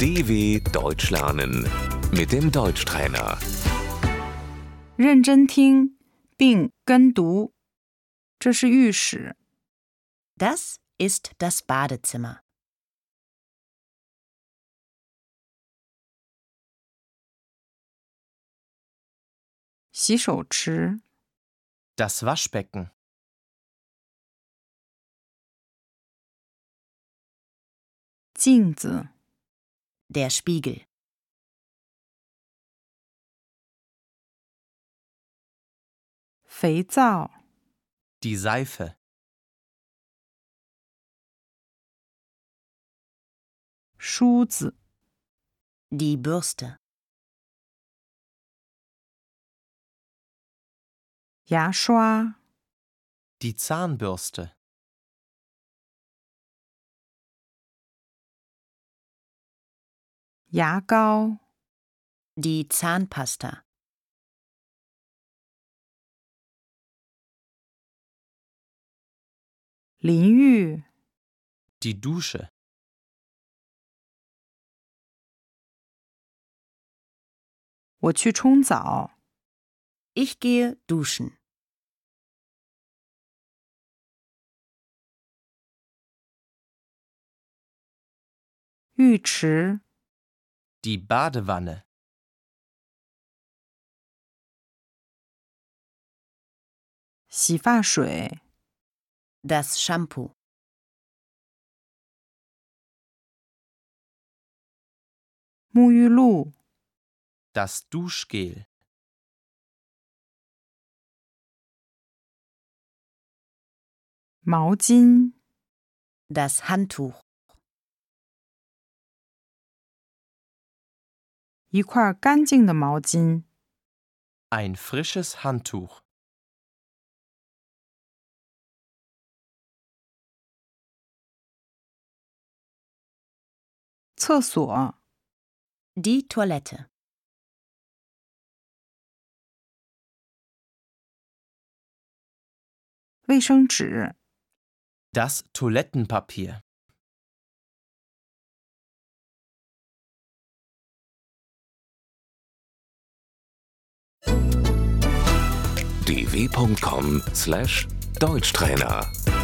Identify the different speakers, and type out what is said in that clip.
Speaker 1: DW Deutsch lernen mit dem Deutschtrainer.
Speaker 2: 认真听并跟读。这是浴室，
Speaker 3: Das ist das Badezimmer.
Speaker 2: 洗手池、
Speaker 4: Das Waschbecken.
Speaker 2: 镜子、
Speaker 3: Der Spiegel.
Speaker 2: 肥皂、
Speaker 4: Die Seife.
Speaker 2: 梳子、
Speaker 3: Die Bürste.
Speaker 2: 牙刷、
Speaker 4: Die Zahnbürste.
Speaker 2: 牙膏、
Speaker 3: Die Zahnpasta.
Speaker 2: 淋浴、
Speaker 4: Die Dusche.
Speaker 2: 我去冲澡、
Speaker 3: Ich gehe duschen.
Speaker 2: 浴池、
Speaker 4: Die Badewanne.
Speaker 2: 洗发水、
Speaker 3: Das Shampoo.
Speaker 2: 沐浴露、
Speaker 4: Das Duschgel.
Speaker 2: 毛巾、
Speaker 3: Das Handtuch.
Speaker 2: 一块干净的毛巾、
Speaker 4: Ein frisches Handtuch.
Speaker 2: 厕所、
Speaker 3: Die Toilette.
Speaker 2: 卫生纸、
Speaker 4: Das Toilettenpapier.
Speaker 1: dw.com/deutschtrainer